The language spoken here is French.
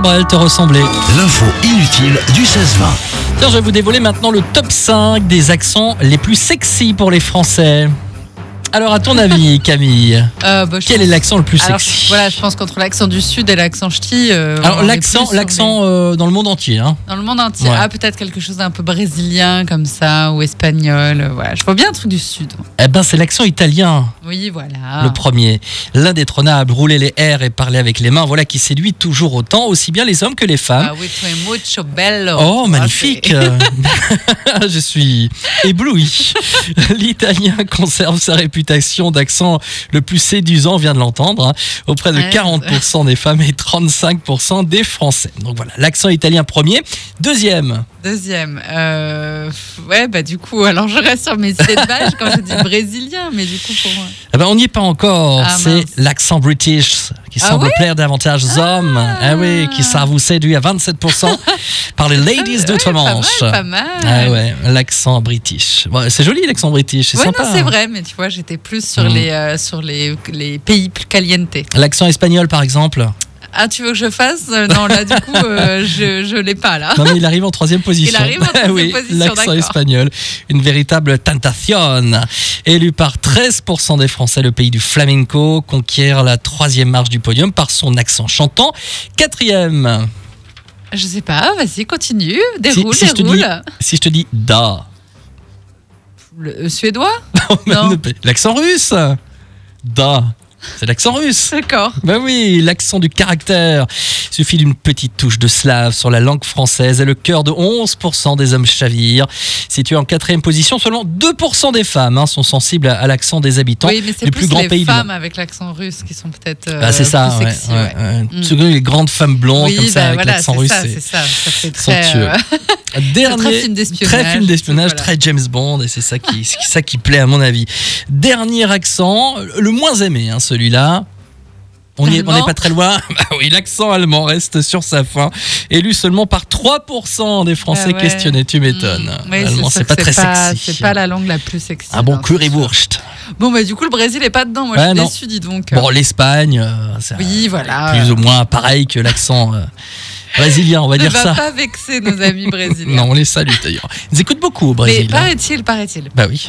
Gabriel te ressemblait. L'info inutile du 16-20. Tiens, je vais vous dévoiler maintenant le top 5 des accents les plus sexy pour les Français. Alors, à ton avis, Camille, Euh, bah, je quel est pense- l'accent le plus Alors, sexy je- voilà, je pense qu'entre l'accent du sud et l'accent ch'ti. euh, Alors, on est l'accent, plus sur l'accent euh, dans le monde entier. hein. les- Dans le monde entier. Ouais. Ah, peut-être quelque chose d'un peu brésilien comme ça, ou espagnol. euh, voilà. Je vois bien un truc du sud. Eh ben, c'est l'accent italien, Oui, voilà. le premier. L'indétrônable, rouler les airs et parler avec les mains, voilà qui séduit toujours autant, aussi bien les hommes que les femmes. Ah oui, tu es mucho bello. Oh, Ah, magnifique Je suis ébloui. L'italien conserve sa réputation d'accent le plus séduisant, on vient de l'entendre, hein, auprès de Ouais. 40% des femmes et 35% des Français. Donc voilà, l'accent italien premier. Deuxième, c'est- Deuxième. euh, Ouais, bah du coup, alors je reste sur mes idées de base quand j'ai dit brésilien, mais du coup, pour moi. eh ben, on n'y est pas encore, Ah, c'est mince. l'accent british qui Ah semble plaire davantage aux hommes. Ah oui, qui ça vous séduit à 27% par les ladies d'outre-Manche. Pas mal, pas mal. Ah ouais, l'accent british. Bon, c'est joli l'accent british, c'est Ouais, sympa. non, c'est vrai, mais tu vois, j'étais plus sur, Mm. les, euh, sur les, les pays plus caliente. L'accent espagnol par exemple. Ah, tu veux que je fasse Euh, Non, là, du coup, euh, je, je l'ai pas, là. Non, mais il arrive en troisième position. arrive en troisième oui, position, L'accent d'accord. espagnol, une véritable tentation. Élu par 13% des Français, le pays du flamenco conquiert la troisième marche du podium par son accent chantant. Quatrième, Je sais pas, vas-y, continue, Si- déroule, si je te déroule. dis- si je te dis da, Le euh, suédois Non. l'accent russe, da, c'est l'accent russe. D'accord. Ben oui, l'accent du caractère. Suffit d'une petite touche de slave sur la langue française et le cœur de 11% des hommes chavire. Situé en quatrième position, seulement 2% des femmes hein, sont sensibles à, à l'accent des habitants. Oui, mais c'est du plus, plus grand les pays du femmes avec l'accent russe qui sont peut-être euh, Ah, c'est ça, plus ouais, sexy, ouais, ouais. ouais. Mm. Surtout les grandes femmes blondes Oui, comme ça bah avec voilà, l'accent c'est russe. ça, c'est c'est- ça. Ça fait très, somptueux. euh, Dernier, très film d'espionnage, très film d'espionnage, voilà. très James Bond, et c'est ça qui, c'est ça qui plaît à mon avis. Dernier accent, le moins aimé, hein, celui-là. On y est- on n'est Allemand pas très loin. Bah oui, l'accent allemand reste sur sa fin. Élu seulement par 3% des Français Ah ouais. questionnés, tu m'étonnes. Mm. Oui, L'allemand, sûr c'est que pas très sexy. C'est pas la langue la plus sexy. Un bon non, c'est sûr. currywurst. Bon, bah du coup, le Brésil est pas dedans. Moi, Ouais, je Ah, non. suis déçue, dis donc. Bon, l'Espagne, euh, c'est oui, Ah. voilà. plus ou moins pareil que l'accent euh, brésilien, on va ne dire va ça. pas vexer nos amis brésiliens. Non, on les salue d'ailleurs. Ils écoutent beaucoup au mais Brésil. hein. paraît-il, paraît-il. Bah oui.